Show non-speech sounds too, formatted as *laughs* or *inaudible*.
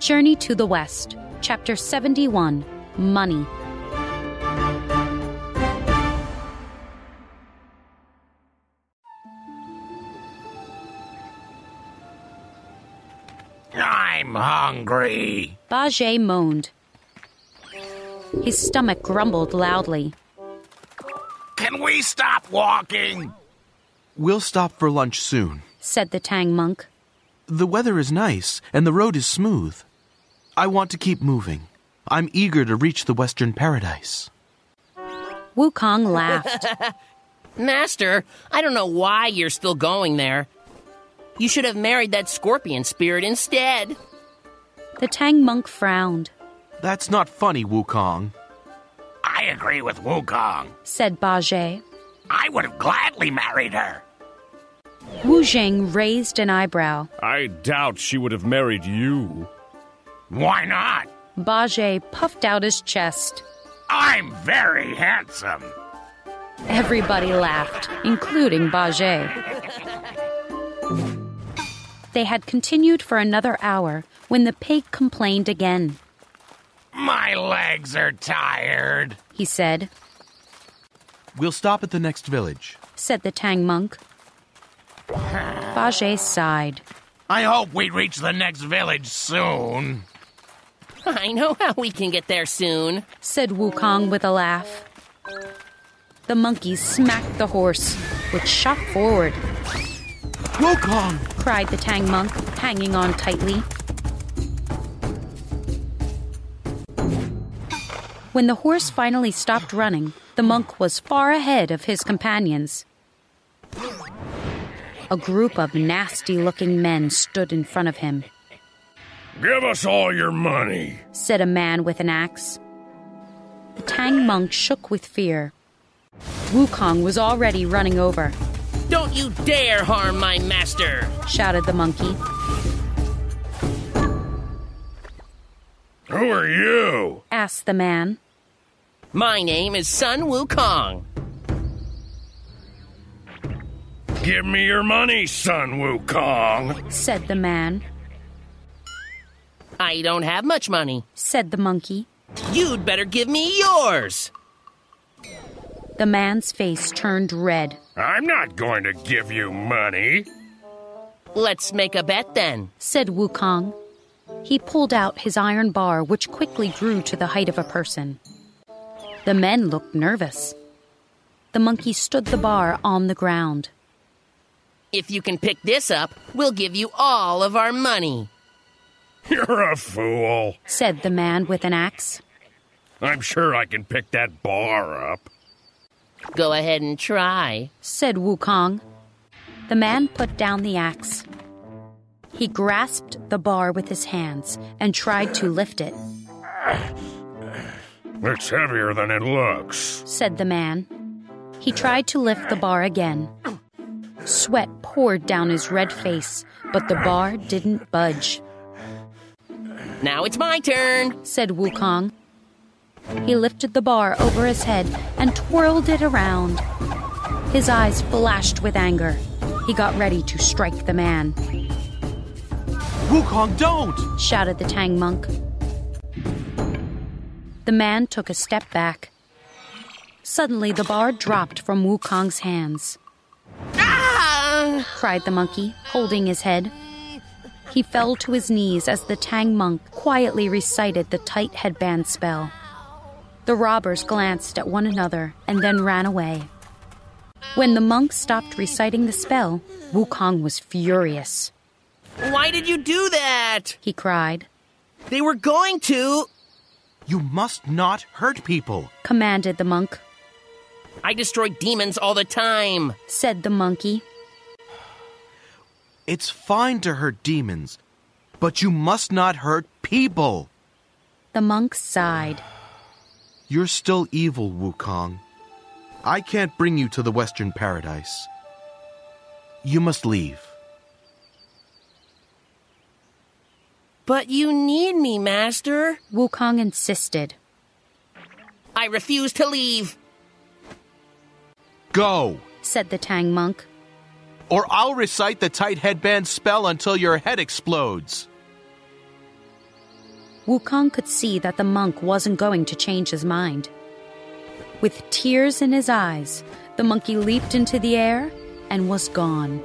Journey to the West, Chapter 71 Money. I'm hungry. Bajet moaned. His stomach grumbled loudly. Can we stop walking? We'll stop for lunch soon. Said the Tang monk. The weather is nice and the road is smooth. I want to keep moving. I'm eager to reach the Western Paradise. Wukong laughed. Master, I don't know why you're still going there. You should have married that scorpion spirit instead. *laughs* The Tang monk frowned. That's not funny, Wukong. I agree with Wukong. Said Bajet. I would have gladly married her. Wu Zheng raised an eyebrow. I doubt she would have married you. Why not? Bajet puffed out his chest. I'm very handsome. Everybody laughed, including Bajet. They had continued for another hour when the pig complained again. My legs are tired. He said, We'll stop at the next village. said the Tang monk. Bajet sighed. I hope we reach the next village soon. I know how we can get there soon. said Wukong with a laugh. The monkey smacked the horse, which shot forward, Wukong! cried the Tang monk, hanging on tightly. When the horse finally stopped running, the monk was far ahead of his companions. A group of nasty looking men stood in front of him, Give us all your money. said a man with an axe. The Tang monk shook with fear. Wukong was already running over, Don't you dare harm my master. shouted the monkey. Who are you? Asked the man, My name is Sun Wukong. Give me your money, Sun Wukong. said the man, I don't have much money. said the monkey. You'd better give me yours. The man's face turned red. I'm not going to give you money. Let's make a bet then. said Wukong. He pulled out his iron bar, which quickly grew to the height of a person. The men looked nervous. The monkey stood the bar on the ground. If you can pick this up, we'll give you all of our money. You're a fool. Said the man with an axe, I'm sure I can pick that bar up. Go ahead and try. said Wukong. The man put down the axe. He grasped the bar with his hands and tried to lift it, It's heavier than it looks. said the man. He tried to lift the bar again. Sweat poured down his red face, but the bar didn't budge. Now it's my turn. said Wukong. He lifted the bar over his head and twirled it around. His eyes flashed with anger. He got ready to strike the man, Wukong, don't! shouted the Tang monk. The man took a step back. Suddenly, the bar dropped from Wukong's hands, Ah! cried the monkey, holding his head. He fell to his knees as the Tang monk quietly recited the tight headband spell. The robbers glanced at one another and then ran away. When the monk stopped reciting the spell, Wukong was furious. Why did you do that? He cried, They were going to. You must not hurt people. commanded the monk, I destroy demons all the time. said the monkey, It's fine to hurt demons, but you must not hurt people. The monk sighed. You're still evil, Wukong. I can't bring you to the Western Paradise. You must leave. But you need me, Master. Wukong insisted. I refuse to leave. Go, Said the Tang monk, or I'll recite the tight headband spell until your head explodes. Wukong could see that the monk wasn't going to change his mind. With tears in his eyes, the monkey leaped into the air and was gone.